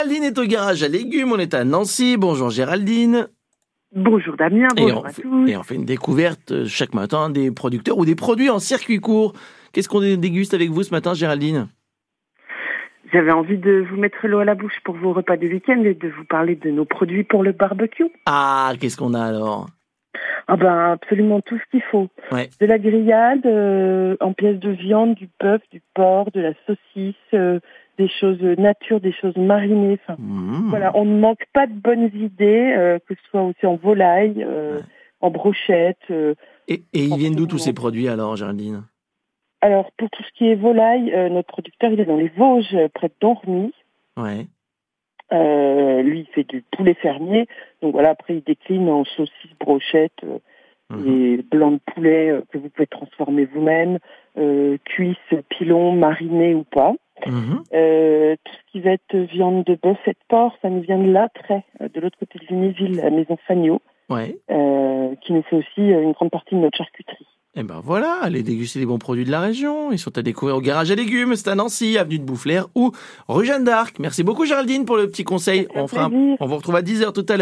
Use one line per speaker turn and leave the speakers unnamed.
Géraldine est au garage à légumes, on est à Nancy. Bonjour Géraldine.
Bonjour Damien,
Et on,
bonjour à
fait-
tous.
et on fait une découverte euh, chaque matin des producteurs ou des produits en circuit court. Qu'est-ce qu'on dé- déguste avec vous ce matin Géraldine
J'avais envie de vous mettre l'eau à la bouche pour vos repas de week-end et de vous parler de nos produits pour le barbecue.
Ah, qu'est-ce qu'on a alors
Ah ben absolument tout ce qu'il faut.
Ouais.
De la grillade euh, en pièces de viande, du bœuf, du porc, de la saucisse, euh, des choses nature, des choses marinées. Enfin,
Mmh.
Voilà, on ne manque pas de bonnes idées, euh, que ce soit aussi en volaille, euh,
Ouais.
en brochette. euh.
Et, et ils viennent d'où tous
Absolument.
ces produits alors Géraldine
Alors pour tout ce qui est volaille, euh, notre producteur il est dans les Vosges, euh, près de Dormy.
Ouais.
Euh, lui, il fait du poulet fermier. Donc voilà, après, il décline en saucisses, brochettes, euh,
Mmh.
et blancs de poulet euh, que vous pouvez transformer vous-même, euh, cuisses, pilons, marinés ou pas.
Mmh.
Euh, tout ce qui va être viande de bœuf et de porc, ça nous vient de là, très, euh, de l'autre côté de Lunéville, la maison Fagnot,
Ouais.
euh, qui nous fait aussi euh, une grande partie de notre charcuterie.
Et ben voilà, allez déguster les bons produits de la région. Ils sont à découvrir au garage à légumes. C'est à Nancy, avenue de Boufflers ou rue Jeanne d'Arc. Merci beaucoup Géraldine pour le petit conseil.
Ça fait
On, fera un-
plaisir.
on vous retrouve à 10h tout à l'heure.